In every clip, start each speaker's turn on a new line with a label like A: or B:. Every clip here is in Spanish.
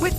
A: With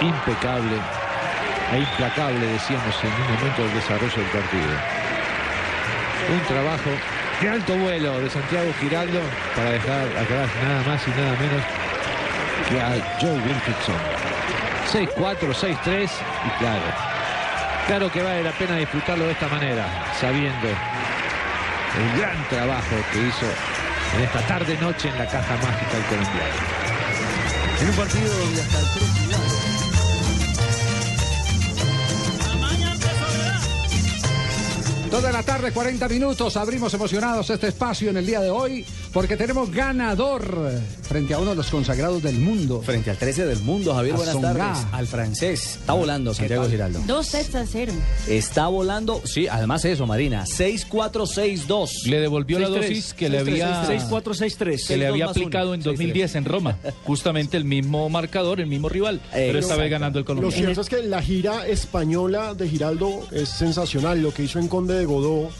B: impecable e implacable, decíamos en un momento del desarrollo del partido. Un trabajo de alto vuelo de Santiago Giraldo para dejar atrás nada más y nada menos que a Joe Wilkinson. 6-4, 6-3 y claro. Claro que vale la pena disfrutarlo de esta manera, sabiendo el gran trabajo que hizo en esta tarde-noche en la caja mágica del colombiano.
C: En un partido donde hasta el tres finales.
D: Toda la tarde, 40 minutos, abrimos emocionados este espacio en el día de hoy porque tenemos ganador frente a uno de los consagrados del mundo.
C: Frente al 13 del mundo, Javier, buenas
D: Asombrá.
C: tardes. Al francés.
E: Ah,
C: Está volando, Santiago
D: tal?
C: Giraldo.
F: Dos sets a cero.
C: Está volando, sí, además eso, Marina. 6-4-6-2.
G: Le devolvió la dosis que le había,
E: 6463.
G: que le había
C: 6-2 más uno.
G: aplicado en 2010 en Roma. Justamente el mismo marcador, el mismo rival,
C: Eh,
G: pero esta vez ganando el
H: Lo
G: colombiano.
H: cierto es que la gira española de Giraldo es sensacional. Lo que hizo en Conde de Godó,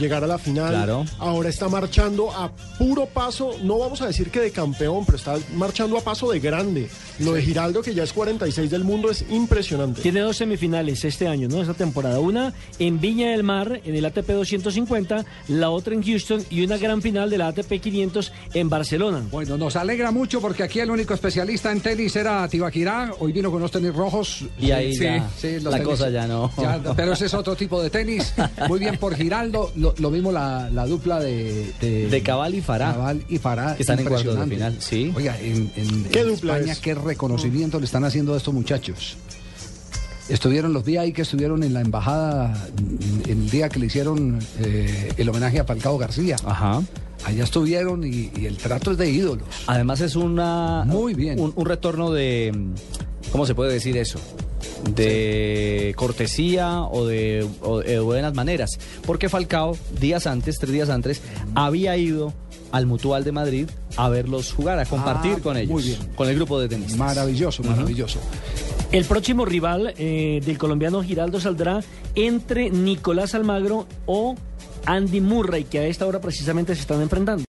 H: llegar a la final.
C: Claro.
H: Ahora está marchando a puro paso, no vamos a decir que de campeón, pero está marchando a paso de grande. Lo de Giraldo, que ya es 46 del mundo, es impresionante.
E: Tiene dos semifinales este año, ¿no? Esta temporada. Una en Viña del Mar, en el ATP 250, la otra en Houston y una gran final de la ATP 500 en Barcelona.
D: Bueno, nos alegra mucho porque aquí el único especialista en tenis era Tibaquirá. Hoy vino con los tenis rojos.
C: Y ahí ya
D: los
C: la
D: tenis-
C: cosa ya no.
D: ya, pero ese es otro tipo de tenis. Muy bien por Giraldo. Lo, lo mismo la, la dupla de,
C: De Cabal y Farah.
E: Ah,
D: Cabal y Farah.
C: Que están en cuartos de
D: Impresionante.
C: final, sí.
D: Oiga, en, en-
H: ¿Qué
D: en
H: dupla
D: España,
H: es?
D: ¿qué reconocimiento le están haciendo a estos muchachos? Estuvieron los días ahí que estuvieron en la embajada, mm, el día que le hicieron eh, el homenaje a Falcao García.
C: Ajá.
D: Allá estuvieron y, y el trato es de ídolos.
C: Además es una
D: Muy bien.
C: un, un retorno de mm, ¿cómo se puede decir eso? de cortesía o de, o de buenas maneras, porque Falcao días antes, tres días antes, había ido al Mutual de Madrid a verlos jugar, a compartir
D: Ah,
C: con ellos,
D: muy bien.
C: con el grupo de tenistas.
D: Maravilloso, maravilloso.
E: El próximo rival eh, del colombiano Giraldo saldrá entre Nicolás Almagro o Andy Murray, que a esta hora precisamente se están enfrentando.